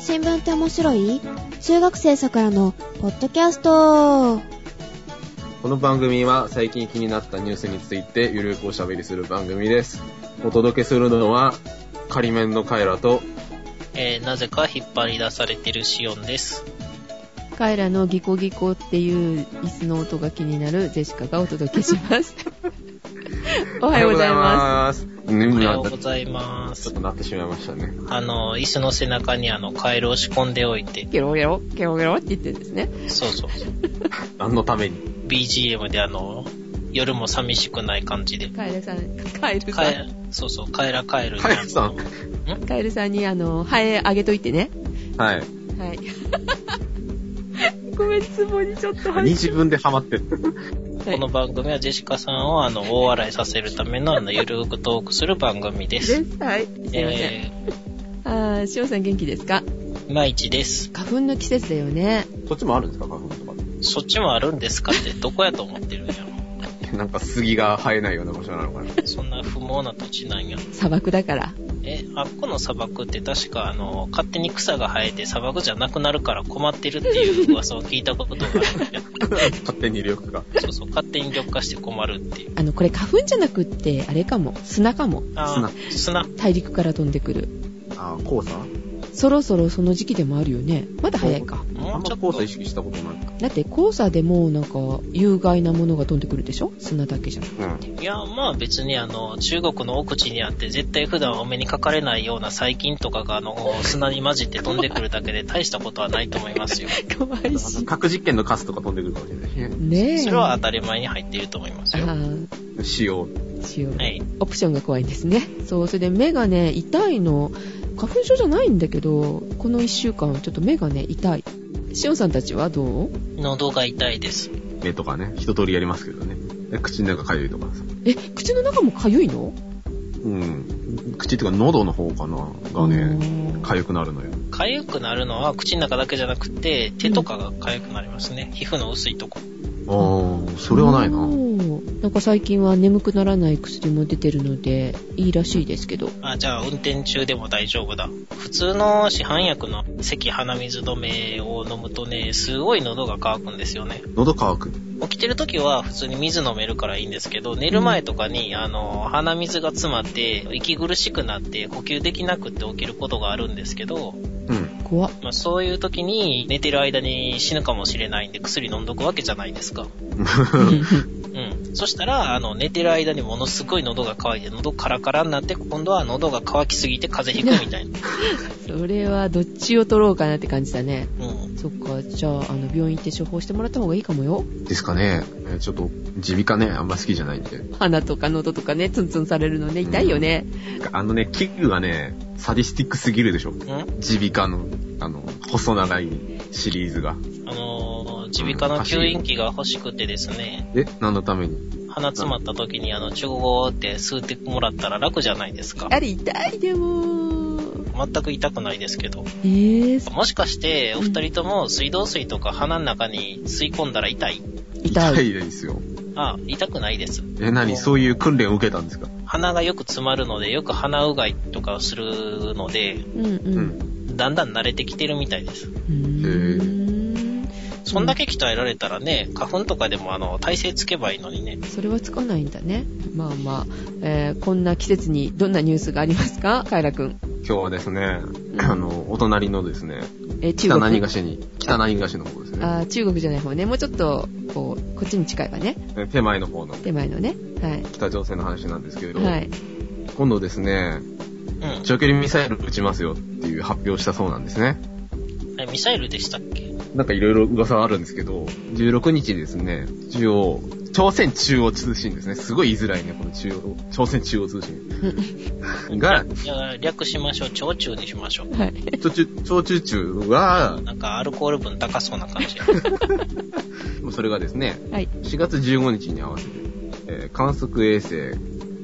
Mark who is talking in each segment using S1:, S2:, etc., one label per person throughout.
S1: 新聞って面白い中学生さくらのポッドキャスト
S2: この番組は最近気になったニュースについてゆるくおしゃべりする番組です。お届けするのは、仮面のカエラと、。
S3: えーなぜか引っ張り出されてるシオンです。
S4: カエラのギコギコっていう椅子の音が気になるジェシカがお届けし ます。おはようございます
S2: ね、
S3: おは
S2: な
S3: ようございま
S2: ちょっ
S3: す。
S2: となってしまいましたね。
S3: あの、椅子の背中にあの、カエルを仕込んでおいて
S4: す。、ゲロゲロ、ゲロゲロって言ってですね。
S3: そうそうそう。
S2: 何のために
S3: BGM であの、夜も寂しくない感じで。
S4: カエラさん、カエルさ
S3: カエ
S4: ん、
S3: そうそう、カエラカエルに
S2: カエラさん
S4: カエルさんにあの、ハエあげといてね。
S2: はい。
S4: はい。ごめん、ツボにちょっと
S2: に
S4: 入っ
S2: 自分でハマってる。
S4: て。
S3: この番組はジェシカさんをあの、大笑いさせるためのあの、ゆるくトークする番組で。
S4: ですはい。すいません。
S3: え
S4: あー、しおさん元気ですか
S3: ー、まいちです。
S4: 花粉の季節だよね。
S2: そっちもあるんですか花粉とかっ
S3: そっちもあるんですかって、どこやと思ってるんやろ。
S2: て。なんか杉が生えないような場所なの かな。
S3: そんな不毛な土地なんや。
S4: 砂漠だから。
S3: え、あっこの砂漠って確かあの、勝手に草が生えて砂漠じゃなくなるから困ってるっていう噂を聞いたことがあるん だよ
S2: 勝手に力が。
S3: そうそう、勝手に緑化して困るっていう。
S4: あの、これ花粉じゃなくって、あれかも。砂かも。
S3: あー砂。
S4: 大陸から飛んでくる。
S2: あー、黄砂
S4: そろそろその時期でもあるよね。まだ早いか。
S2: あ
S3: も
S2: ん
S3: う
S2: ま
S3: ちょっ
S2: 黄砂
S3: と
S2: 意、識したことない。
S4: だって黄砂でもうなんか有害なものが飛んでくるでしょ砂 だけじゃなくて。
S2: うん。
S3: いや、まあ別にあの、中国の奥地にあって絶対普段お目にかかれないような細菌とかがあの、砂に混じって飛んでくるだけで大したことはないと思いますよ。
S4: かわいし。
S2: 核実験のカスとか飛んでくるかもしれないね。
S4: ねえ。
S3: それは当たり前に入っていると思いますよ。
S4: あ
S3: は
S2: 塩。
S4: ー塩が
S3: い。
S4: オプションが怖いんですね。そう、それで目がね、痛いの。花粉症じゃないんだけど、この一週間ちょっと目がね、痛い。しおんさんたちはどう
S3: 喉が痛いです。
S2: 目とかね、一通りやりますけどね。で口の中痒いとかさ。
S4: え、口の中もかゆいの
S2: うん。口っていうか喉の方かながね、痒くなるのよ。
S3: 痒くなるのは口の中だけじゃなくて、手とかが痒くなりますね。皮膚の薄いとこ。
S2: ああ、それはないな。
S4: うんなんか最近は眠くならない薬も出てるので、いいらしいですけど。
S3: あ、じゃあ運転中でも大丈夫だ。普通の市販薬の咳鼻水止めを飲むとね、すごい喉が渇くんですよね。
S2: 喉乾く。
S3: 起きてる時は普通に水飲めるからいいんですけど、寝る前とかに、あの、鼻水が詰まって、息苦しくなって、呼吸できなくって起きることがあるんですけど、
S2: うん。
S4: 怖っ
S3: まあそういう時に寝てる間に死ぬかもしれないんで薬飲んどくわけじゃないですか。うん。そしたら、あの、寝てる間にものすごい喉が渇いて、喉カラカラになって、今度は喉が渇きすぎて風邪ひくみたいな。
S4: それはどっちを取ろうかなって感じだね。
S3: うん。
S4: そっか、じゃあ、あの、病院行って処方してもらった方がいいかもよ。
S2: ですかね。えーちょっと、耳鼻科ね、あんま好きじゃないんで。
S4: 鼻とか喉とかね、ツンツンされるのね、痛いよね。
S2: あのね、器具がね、サディスティックすぎるでしょ。
S3: うん
S2: 耳鼻科の、あの、細長いシリーズが。
S3: あのー、耳鼻科の吸引器が欲しくてですね、
S2: え、何のために
S3: 鼻詰まった時にあの、チュゴーって吸ってもらったら楽じゃないですか。
S4: あれ痛い、でも。
S3: 全く痛くないですけど。
S4: えぇ、
S3: もしかして、お二人とも水道水とか鼻の中に吸い込んだら痛い
S4: 痛い。
S2: ですよ。
S3: あ、痛くないです。
S2: え、何そういう訓練を受けたんですか
S3: 鼻がよく詰まるので、よく鼻うがいとかをするので、
S4: うん
S2: う
S4: うん。
S2: ん。
S3: だんだん慣れてきてるみたいです。
S4: うーん。
S3: そんだけ鍛えられたらね、花粉とかでもあの、耐性つけばいいのにね。
S4: それはつかないんだね。まあまあ、えー、こんな季節にどんなニュースがありますかカイラくん。
S2: 今日はですね、あの、お隣のですね、
S4: えー、中
S2: 北
S4: 国。
S2: 何東に、北何東の方ですね。
S4: あー中国じゃない方ね。もうちょっと、こう、こっちに近いわね。
S2: え手前の方の
S4: 手前のね。はい。
S2: 北朝鮮の話なんですけれど、
S4: はい。
S2: 今度ですね、
S3: うん。
S2: 長距離ミサイル撃ちますよっていう発表をしたそうなんですね。
S3: あれミサイルでしたっけ
S2: なんかいろいろ噂はあるんですけど、16日にですね、中央、朝鮮中央通信ですね。すごい言いづらいね、この中央、朝鮮中央通信。 が、
S3: いや、略しましょう。長中にしましょう。
S4: はい。
S2: 途中、長中中は、
S3: なんかアルコール分高そうな感 じ。
S2: もうそれがですね、
S4: はい。
S2: 4月15日に合わせて、えー観測衛星、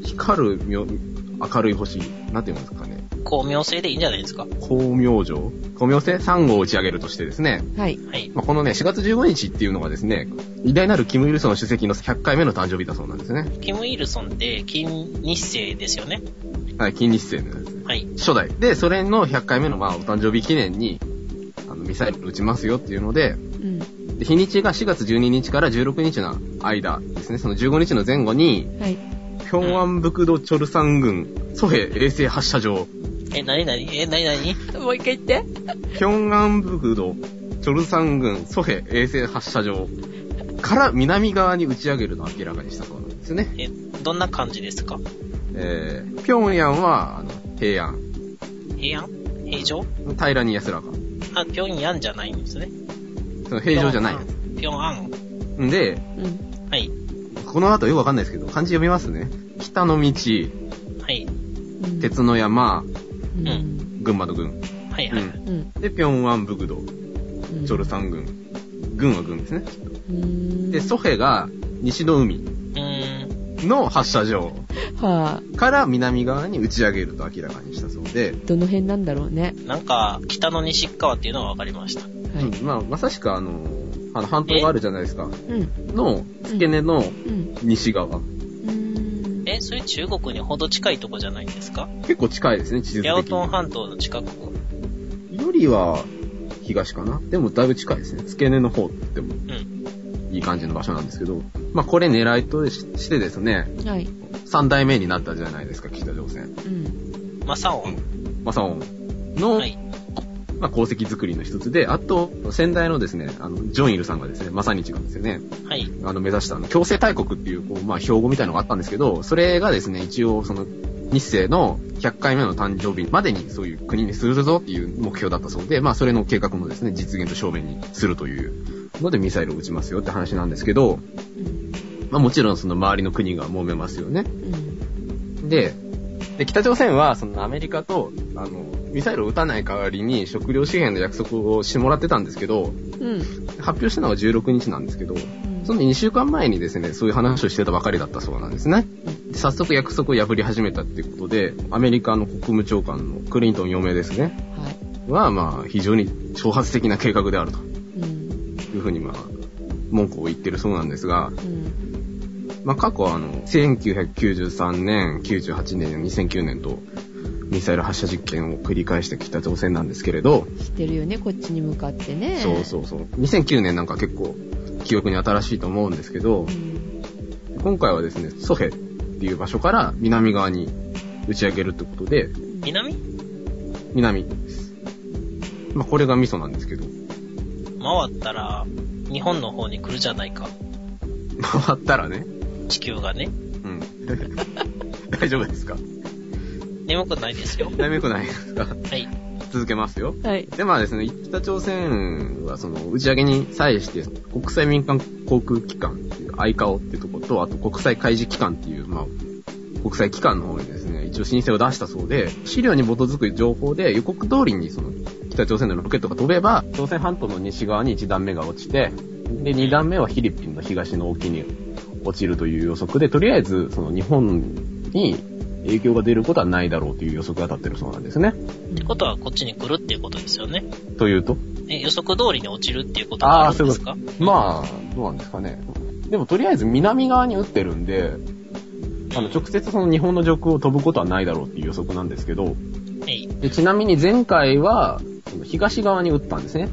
S2: 光る明明るい星、なんて言うんですかね、
S3: 光明性でいいんじゃないですか
S2: 光明星光明星 ?3 号を打ち上げるとしてですね、
S4: はい。
S3: はい。
S2: まあ、このね、4月15日っていうのがですね、偉大なるキム・イルソン主席の100回目の誕生日だそうなんですね。
S3: キム・イルソンって、金日成ですよね。
S2: はい、金日成のやつ
S3: はい。
S2: 初代。で、それの100回目の、まあ、お誕生日記念に、ミサイル撃ちますよっていうので、
S4: うん。
S2: で日にちが4月12日から16日の間ですね、その15日の前後に、
S4: はい。
S2: 平安北道チョルサン軍、ソヘ衛星発射場、
S3: え、なになにえ、なになに
S4: もう一回言って。
S2: 平安北道チョルサン軍、ソヘ衛星発射場から南側に打ち上げるのを明らかにしたそうなんですよね。
S3: え、どんな感じですか
S2: えー、平壌は、あの、平安。
S3: 平安平常
S2: 平らに安らか。
S3: あ、平壌じゃないんですね。
S2: その平常じゃないやつ。
S3: 平安。
S2: んで、
S4: うん。
S3: はい。
S2: この後よくわかんないですけど、漢字読みますね。北の道、
S3: はい。
S4: うん。
S2: 鉄の山、
S4: うん。
S2: 群馬の軍。
S3: はい、
S2: う
S3: はい。
S2: ん。
S4: うん。
S2: で、平安北道、
S4: うん
S2: チョルサン軍。軍は軍ですね。
S4: うん。
S2: で、ソヘが西の海
S3: うーん。
S2: の発射場
S4: はあ、
S2: から南側に打ち上げると明らかにしたそうで、
S4: どの辺なんだろうね。
S3: なんか、北の西側っていうのは分かりました。
S4: はい。
S2: うんまあ、まさしくあの、あの半島があるじゃないですか。
S4: うん。
S2: の、付け根の
S4: うん。
S2: 西側。
S4: うん。
S3: え、それ中国にほど近いとこじゃないんですか
S2: 結構近いですね、地図的
S3: 八百
S2: に
S3: ン。半島の近く。う
S2: よりは東かな。でもだいぶ近いですね。付け根の方って言っても
S3: ん。
S2: いい感じの場所なんですけど。まあこれ狙いとししてですね、
S4: はい。
S2: 三代目になったじゃないですか、北朝鮮。
S4: うん。
S3: マサオン。
S2: マサオンの、
S3: はい。
S2: まあ、功績作りの一つで、あと、先代のですね、あの、ジョンイルさんがですね、まさに違うんですよね。
S3: はい。
S2: あの、目指した、あの、強制大国っていう、こう、まあ、標語みたいのがあったんですけど、それがですね、一応、その、日清の100回目の誕生日までにそういう国にするぞっていう目標だったそうで、まあ、それの計画もですね、実現と正面にするというので、ミサイルを撃ちますよって話なんですけど、まあ、もちろんその周りの国が揉めますよね。
S4: うん。
S2: で、で北朝鮮は、そのアメリカと、あの、ミサイルを撃たない代わりに食料資源の約束をしてもらってたんですけど、
S4: うん。
S2: 発表したのが16日なんですけど、その2週間前にですね、そういう話をしてたばかりだったそうなんですね。で早速約束を破り始めたっていうことで、アメリカの国務長官のクリントン4名ですね、
S4: はい。
S2: は、まあ、非常に挑発的な計画であると
S4: うん。
S2: いうふうに、まあ、文句を言ってるそうなんですが、
S4: うん。
S2: まあ、過去あの、1993年、98年、2009年と、ミサイル発射実験を繰り返してきた朝鮮なんですけれど、
S4: してるよね、こっちに向かってね。
S2: そうそうそう。2009年なんか結構、記憶に新しいと思うんですけど
S4: う、ん。
S2: 今回はですね、ソヘっていう場所から南側に打ち上げるってことで、
S3: 南
S2: 南です。まあ、これがミソなんですけど、
S3: 回ったら、日本の方に来るじゃないか。
S2: 回ったらね、
S3: 地球がね。
S2: うん。 大丈夫ですか
S3: 眠くない ですよ。
S2: 大丈夫ないですか
S3: はい。
S2: 続けますよ。
S4: はい。
S2: で、まあですね、北朝鮮はその打ち上げに際して、国際民間航空機関っていう ICAO ってとこと、あと国際海事機関っていう、まあ、国際機関の方にですね、一応申請を出したそうで、資料に基づく情報で予告通りにその北朝鮮のロケットが飛べば、朝鮮半島の西側に1段目が落ちて、で、2段目はフィリピンの東の沖に落ちるという予測で、とりあえずその日本に影響が出ることはないだろうという予測が立ってるそうなんですね。
S4: っ
S3: ってことは、こっちに来るっていうことですよね。
S2: というと
S3: え、予測通りに落ちるっていうことがあるんですか
S2: まあ、どうなんですかね。でもとりあえず南側に撃ってるんで、あの、直接その日本の上空を飛ぶことはないだろうっていう予測なんですけど、
S3: えい。
S2: でちなみに前回は、その東側に撃ったんですね。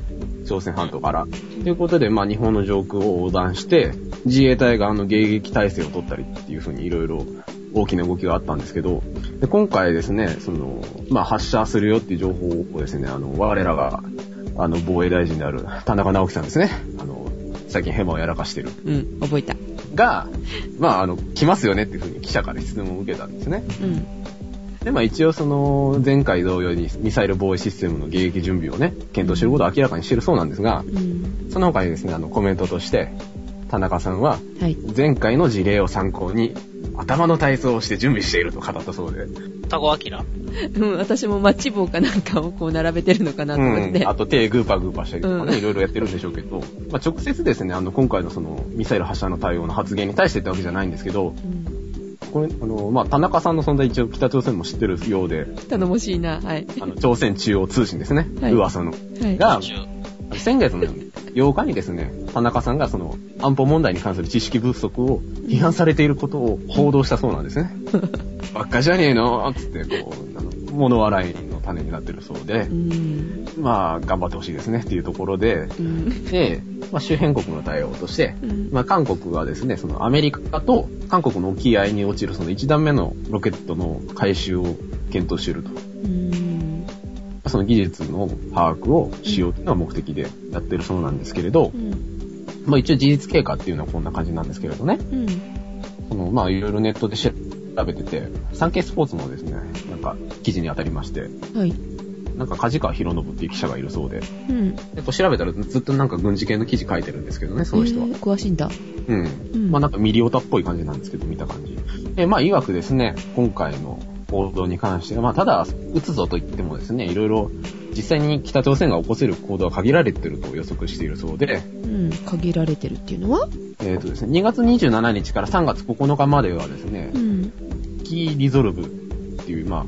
S2: 朝鮮半島から。ということで、まあ日本の上空を横断して、自衛隊側の迎撃態勢を取ったりっていう風にいろいろ大きな動きがあったんですけど、で今回ですね、その、まあ発射するよっていう情報をですね、あの、我らが、あの、防衛大臣である田中直樹さんですね。あの、最近ヘマをやらかしてる。
S4: うん、覚えた。
S2: が、まああの、来ますよねっていう風に記者から質問を受けたんですね。
S4: うん。
S2: で、まあ一応その、前回同様にミサイル防衛システムの迎撃準備をね、検討していることを明らかにしているそうなんですが、
S4: うん。
S2: その他にですね、あの、コメントとして、田中さんは、
S4: はい。
S2: 前回の事例を参考に、頭の体操をして準備していると語ったそうで。
S3: タゴアキラ
S4: うん、私もマッチ棒かなんかをこう並べてるのかなと思って。
S2: うん、あと手グーパーグーパーしたりとかね、
S4: うん
S2: いろいろやってるんでしょうけど、まあ直接ですね、あの、今回のその、ミサイル発射の対応の発言に対してってわけじゃないんですけど、
S4: うん
S2: これ、あの、まあ田中さんの存在一応北朝鮮も知ってるようで、
S4: 頼もしいな。はい。
S2: あの、朝鮮中央通信ですね、
S4: はい
S2: 噂の。
S4: はい。
S2: が、
S3: 10。
S2: 先月の8日にですね、田中さんがその安保問題に関する知識不足を批判されていることを報道したそうなんですね。ばっかじゃねえのつって、こう、あの、物笑いの種になってるそうで
S4: う、ん。
S2: まあ、頑張ってほしいですねっていうところで、
S4: うん。
S2: で、まあ、周辺国の対応として、
S4: うん。
S2: まあ、韓国はですね、そのアメリカと韓国の沖合に落ちるその1段目のロケットの回収を検討していると。
S4: うん。
S2: その技術の把握をしようというのが目的でやってるそうなんですけれど
S4: う、ん。
S2: まあ一応事実経過っていうのはこんな感じなんですけれどね、
S4: うん。
S2: そのまあいろいろネットで調べてて、サンケイスポーツのですね、なんか記事に当たりまして、
S4: はい。
S2: なんか梶川博信っていう記者がいるそうで、
S4: うん。
S2: でこう調べたらずっとなんか軍事系の記事書いてるんですけどね、その人は
S4: えー。詳しいんだ。
S2: うん。
S4: うん
S2: まあなんかミリオタっぽい感じなんですけど、見た感じ。で、まあいわくですね、今回の行動に関しては、まあただ撃つぞと言ってもですね、いろいろ実際に北朝鮮が起こせる行動は限られてると予測しているそうで、
S4: うん。限られてるっていうのは
S2: えっ、とですね、2月27日から3月9日まではですね
S4: う、ん。
S2: キーリゾルブっていう、まあ、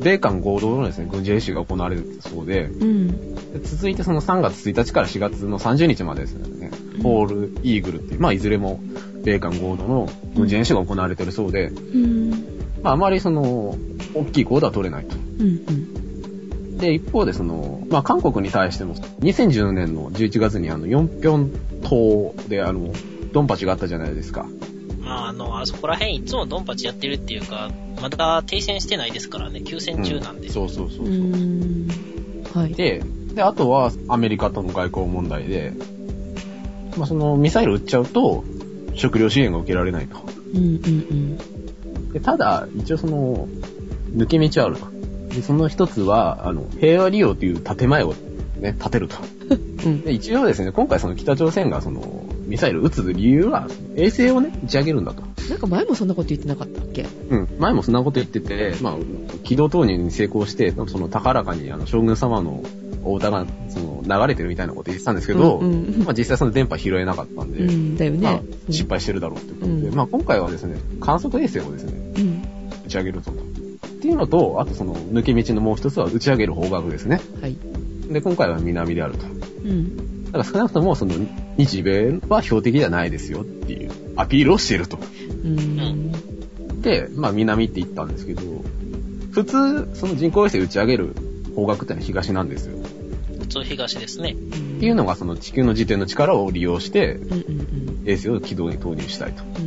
S2: 米韓合同のですね、軍事演習が行われるそうで、
S4: うん。
S2: で続いてその3月1日から4月の30日までですね、ホール、イーグルっていう、まあいずれも米韓合同の軍事演習が行われてるそうで、
S4: うん。
S2: まああまりその、大きい行動は取れないと。
S4: うん。
S2: で、一方でその、まあ韓国に対しても、2010年の11月にあの、ヨンピョン島であの、ドンパチがあったじゃないですか。
S3: まあ、あの、あそこら辺いつもドンパチやってるっていうか、まだ停戦してないですからね、休戦中なんで。
S2: そうそうそうそ
S4: う
S2: う。
S4: ん。はい。
S2: で、で、あとはアメリカとの外交問題で、まあそのミサイル撃っちゃうと、食料支援が受けられないと。
S4: うんうん
S2: でただ、一応その、抜け道はあると。で、その一つは、あの、平和利用という建前をね、立てると。
S4: うん。うん。
S2: で、一応ですね、今回その北朝鮮がその、ミサイル撃つ理由は、衛星をね、打ち上げるんだと。
S4: なんか前もそんなこと言ってなかったっけ
S2: うん。前もそんなこと言ってて、まあ、軌道投入に成功して、その、高らかに、あの、将軍様のお歌が、その、流れてるみたいなこと言ってたんですけど、
S4: うんうん
S2: まあ、実際その電波拾えなかったんで、
S4: うん。だよ
S2: まあ
S4: ね。、
S2: 失敗してるだろうってことで、
S4: うん
S2: まあ、今回はですね、観測衛星をですね、
S4: うん。
S2: 打ち上げるぞと。っていうのと、あとその抜け道のもう一つは打ち上げる方角ですね。
S4: うん。はい。
S2: で、今回は南であると。
S4: うん。
S2: だから少なくともその日米は標的じゃないですよっていうアピールをしていると。
S4: うん。
S2: で、まあ南って言ったんですけど、普通その人工衛星打ち上げる方角ってのは東なんですよ。っ
S3: 普通東ですね。
S2: ていう
S4: の
S2: のがその地球の自転の力を利用して
S4: うんうん
S2: 衛星を軌道に投入したいと。
S4: う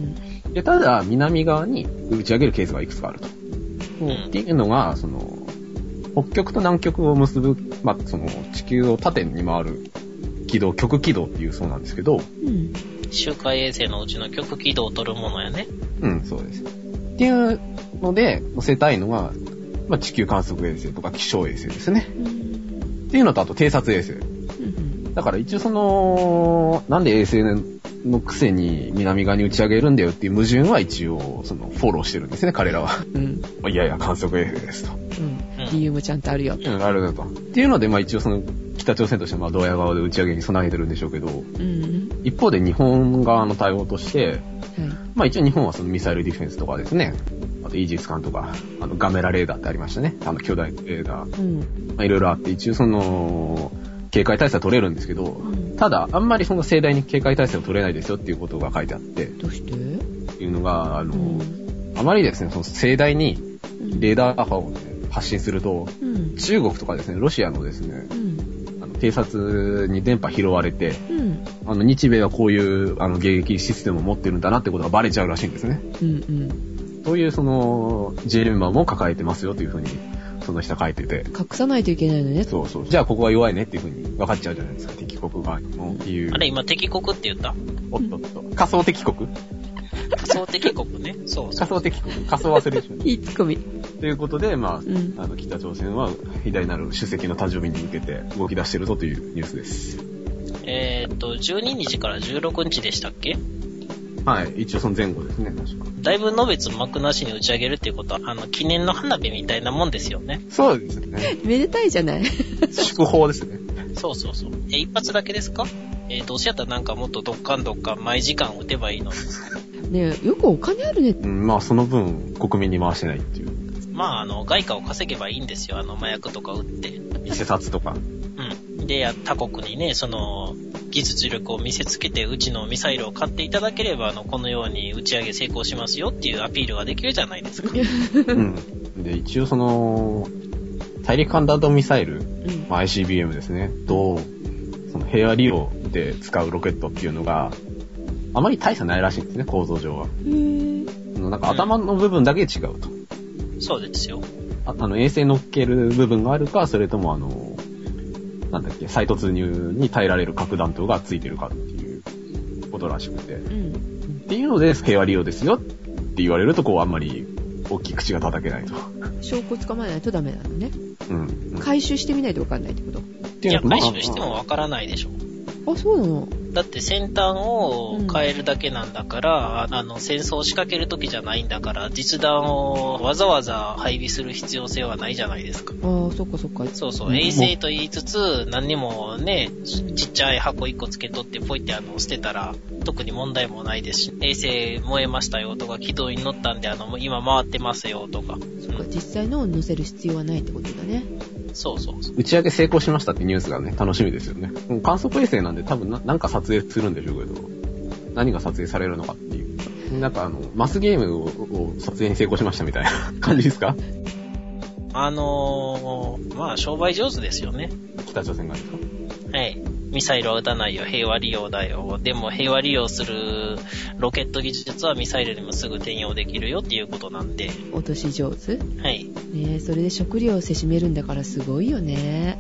S4: ん。
S2: で、ただ南側に打ち上げるケースがいくつかあると。
S4: うん。
S3: うん
S2: っていうのが、その、北極と南極を結ぶ、まあ、その、地球を縦に回る軌道、極軌道っていうそうなんですけど、
S4: うん。
S3: 周回衛星のうちの極軌道を取るものやね。
S2: うん、そうです。っていうので、載せたいのが、まあ、地球観測衛星とか気象衛星ですね。っていうのと、あと偵察衛星。
S4: うん
S2: だから一応その、なんで衛星のくせに南側に打ち上げるんだよっていう矛盾は一応、その、フォローしてるんですね、彼らは。
S4: うん。
S2: まあいやいや、観測衛星ですと。
S4: うん。理由もちゃんとあるよ。
S2: うん、あるだと。っていうので、まあ一応その、北朝鮮としてはまあドヤ顔で打ち上げに備えてるんでしょうけど、
S4: うん。
S2: 一方で日本側の対応として、
S4: は
S2: まあ一応日本はそのミサイルディフェンスとかですね、あとイージス艦とか、あのガメラレーダーってありましたね。あの巨大レーダー。
S4: い。うん。
S2: まあいろいろあって、一応その、警戒態勢は取れるんですけど
S4: ん、
S2: ただ、あんまりその盛大に警戒態勢を取れないですよっていうことが書いてあって、
S4: どうして
S2: っていうのが、あ
S4: う
S2: の、
S4: ん。
S2: あまりですね、その盛大にレーダー波をね発信すると、
S4: うん。
S2: 中国とかですね、ロシアのですね、
S4: うん。
S2: あの偵察に電波拾われて、
S4: うん。
S2: あの日米はこういうあの迎撃システムを持ってるんだなってことがバレちゃうらしいんですね。
S4: うん。うん。
S2: そういうそのジレンマも抱えてますよというふうに、その人は書いてて。
S4: 隠さないといけないのね。
S2: そうそう。じゃあここは弱いねっていうふうに分かっちゃうじゃないですか。敵国側にもっていう。
S3: あれ、今敵国って言った
S2: おっとっと。仮想敵国
S3: 仮想敵国ね。そうそう。
S2: 仮想敵国仮想忘れでしょ。
S4: いいツッコミ。
S2: ということで、まあ、
S4: うん
S2: あの北朝鮮は偉大なる主席の誕生日に向けて動き出してるぞというニュースです。
S3: えーっと、12日から16日でしたっけ
S2: はい。一応その前後ですね、確か。
S3: だいぶのべつ幕なしに打ち上げるっていうことは、あの、記念の花火みたいなもんですよね。
S2: そうですね。
S4: めでたいじゃない。
S2: 祝報ですね。
S3: そうそうそう。え、一発だけですかえーどうせやったらなんかもっとどっかんどっかん毎時間打てばいいのに。
S4: ねえよくお金あるね。
S2: うん、まあその分国民に回してないっていう。
S3: まあ、あの、外貨を稼げばいいんですよ。あの、麻薬とか打って。
S2: 偽札と か。
S3: うん。で、他国にね、その、技術力を見せつけて、うちのミサイルを買っていただければ、あの、このように打ち上げ成功しますよっていうアピールができるじゃないですか。
S2: うん。で、一応その、大陸間弾道ミサイル、
S4: うん
S2: まあ、ICBM ですね、と、その平和利用で使うロケットっていうのが、あまり大差ないらしいんですね、構造上は。そのなんか頭の部分だけ違うと。
S3: そうですよ。
S2: ああの、衛星乗っける部分があるか、それともあの、なんだっけ、再突入に耐えられる核弾頭がついてるかっていうことらしくて。
S4: うん
S2: っていうので、平和利用ですよって言われると、こう、あんまり大きい口が叩けないと。
S4: 証拠捕まえないとダメなのね
S2: うん。
S4: 回収してみないと分かんないってこ
S2: って
S3: いや、
S2: のが
S3: 回収してもわからないでしょ。
S4: とあそうなの
S3: だって先端を変えるだけなんだから、あの、戦争を仕掛ける時じゃないんだから、実弾をわざわざ配備する必要性はないじゃないですか。
S4: ああそっかそっか
S3: そうそうう、
S2: ん
S3: 衛星と言いつつ、何にもね、ちちっちゃい箱1個つけとって、ポイってあの、捨てたら、特に問題もないですし、衛星燃えましたよとか、軌道に乗ったんで、あの、今回ってますよとか、
S4: そっか実際のを載せる必要はないってことだね
S3: そうそうそう。
S2: 打ち上げ成功しましたってニュースがね、楽しみですよね。もう観測衛星なんで多分ななんか撮影するんでしょうけど、何が撮影されるのかっていう。なんかあの、マスゲームをを撮影に成功しましたみたいな感じですか
S3: あのー、まあ、商売上手ですよね。
S2: 北朝鮮がですか
S3: はい。ミサイルは撃たないよ、平和利用だよ。でも平和利用するロケット技術はミサイルにもすぐ転用できるよっていうことなんで。
S4: 落とし上手
S3: はい。
S4: ねえそれで食料をせしめるんだからすごいよね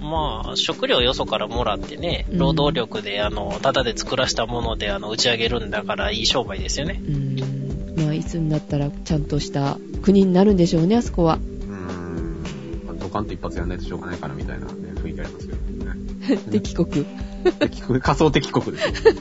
S3: まあ、食料よそからもらってね、
S4: うん
S3: 労働力で、あの、タダで作らしたもので、あの、打ち上げるんだからいい商売ですよね
S4: う。ーんまあいつになったらちゃんとした国になるんでしょうねあそこは
S2: うーん。まあドカンと一発やんないとしょうがないからみたいなね、雰囲気ありますけどね。
S4: で帰国
S2: 敵国仮想敵国ですよ。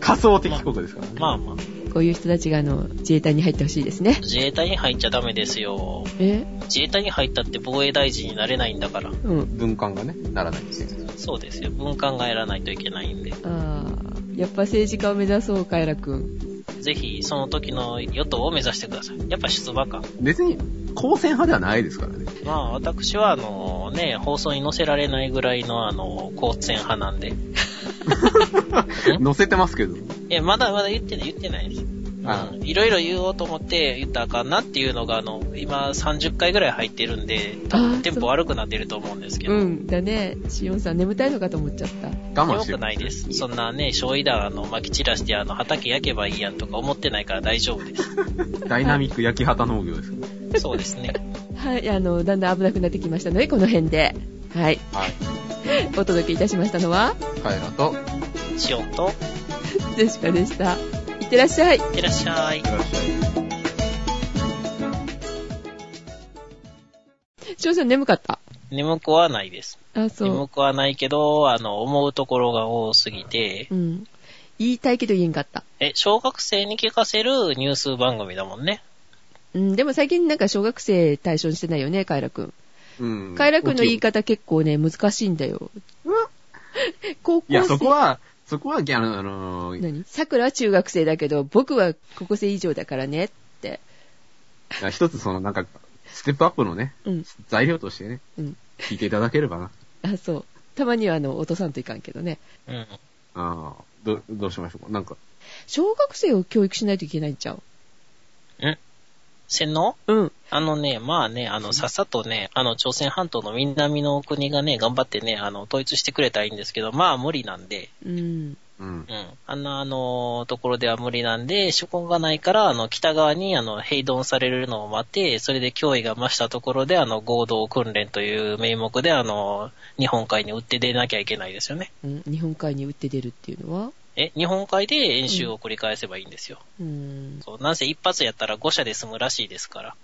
S2: 仮想敵国ですからね。
S3: まあまあ、
S4: こういう人たちがあの自衛隊に入ってほしいですね
S3: 自衛隊に入っちゃダメですよ。
S4: え
S3: 自衛隊に入ったって防衛大臣になれないんだから。
S4: うん
S2: 文官がね、ならないですね。
S3: そうですよ。文官がやらないといけないんで。
S4: あーやっぱ政治家を目指そうカエラくん
S3: ぜひ、その時の与党を目指してください。やっぱ出馬か。
S2: 別に、光線派ではないですからね。
S3: まあ、私は、あの、ね、放送に載せられないぐらいの、あの、交戦派なんで。
S2: 載せてますけど。
S3: え、まだまだ言ってない、言ってないです。
S2: あ
S3: うん。いろいろ言おうと思って言ったらあかんなっていうのが、あの、今30回ぐらい入ってるんで、多
S4: あー
S3: 分テンポ悪くなってると思うんですけど。
S4: うんだねシオンさん眠たいのかと思っちゃった
S2: 我慢
S3: 良
S2: して
S3: く
S2: る
S3: ないです。そんなね、焼夷弾あの巻き散らしてあの畑焼けばいいやんとか思ってないから大丈夫です。
S2: ダイナミック焼き旗農業ですから。
S3: そうですね。
S4: はいあのだんだん危なくなってきましたのでこの辺ではい
S2: はい。
S4: お届けいたしましたのは
S2: カエラと、
S3: シオンと、
S4: ジェシカでしたいってらっしゃい
S3: いってらっしゃい。
S2: いらっしゃい。
S4: シオンさん眠かった
S3: 眠くはないです。
S4: あそ
S3: 眠くはないけど、あの、思うところが多すぎて
S4: う、うん言いたいけど言えんかった
S3: え、小学生に聞かせるニュース番組だもんね。
S4: うん、でも最近なんか小学生対象にしてないよね、カイラくん。
S2: うん
S4: カイラくんの言い。方結構ね、難しいんだよ。高校
S2: いや、そこ
S4: 生。
S2: は、そこは、あの、あのー
S4: 何桜は中学生だけど、僕は高校生以上だからねって。
S2: 一つその、なんか、ステップアップのね、
S4: うん、
S2: 材料としてね、
S4: うん。
S2: 聞いていただければな。
S4: あ、そう。たまにはあの、落とさんといかんけどね。
S3: うん。
S2: ああ、ど、どうしましょうか。なんか、
S4: 小学生を教育しないといけないんちゃう
S3: 洗脳
S4: うん。
S3: あのね、まあね、あの、さっさとね、あの、朝鮮半島の南の国がね、頑張ってね、あの、統一してくれたらいいんですけど、まあ無理なんで、
S4: うん。
S2: うん。
S3: うん。あんな、あの、ところでは無理なんで、手根がないから、あの、北側に、あの、平丼されるのを待って、それで脅威が増したところで、あの、合同訓練という名目で、あの、日本海に打って出なきゃいけないですよね。
S4: うん日本海に打って出るっていうのは
S3: え、日本海で演習を繰り返せばいいんですよ。
S4: うん。
S3: そう、なんせ一発やったら5社で済むらしいですから。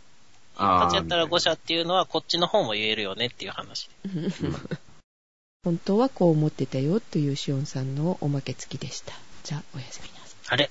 S3: 一
S2: あ
S3: 発やったら5 社っていうのは、こっちの方も言えるよねっていう話。
S4: 本当はこう思ってたよというシオンさんのおまけ付きでした。じゃあ、おやすみなさい。
S3: あれ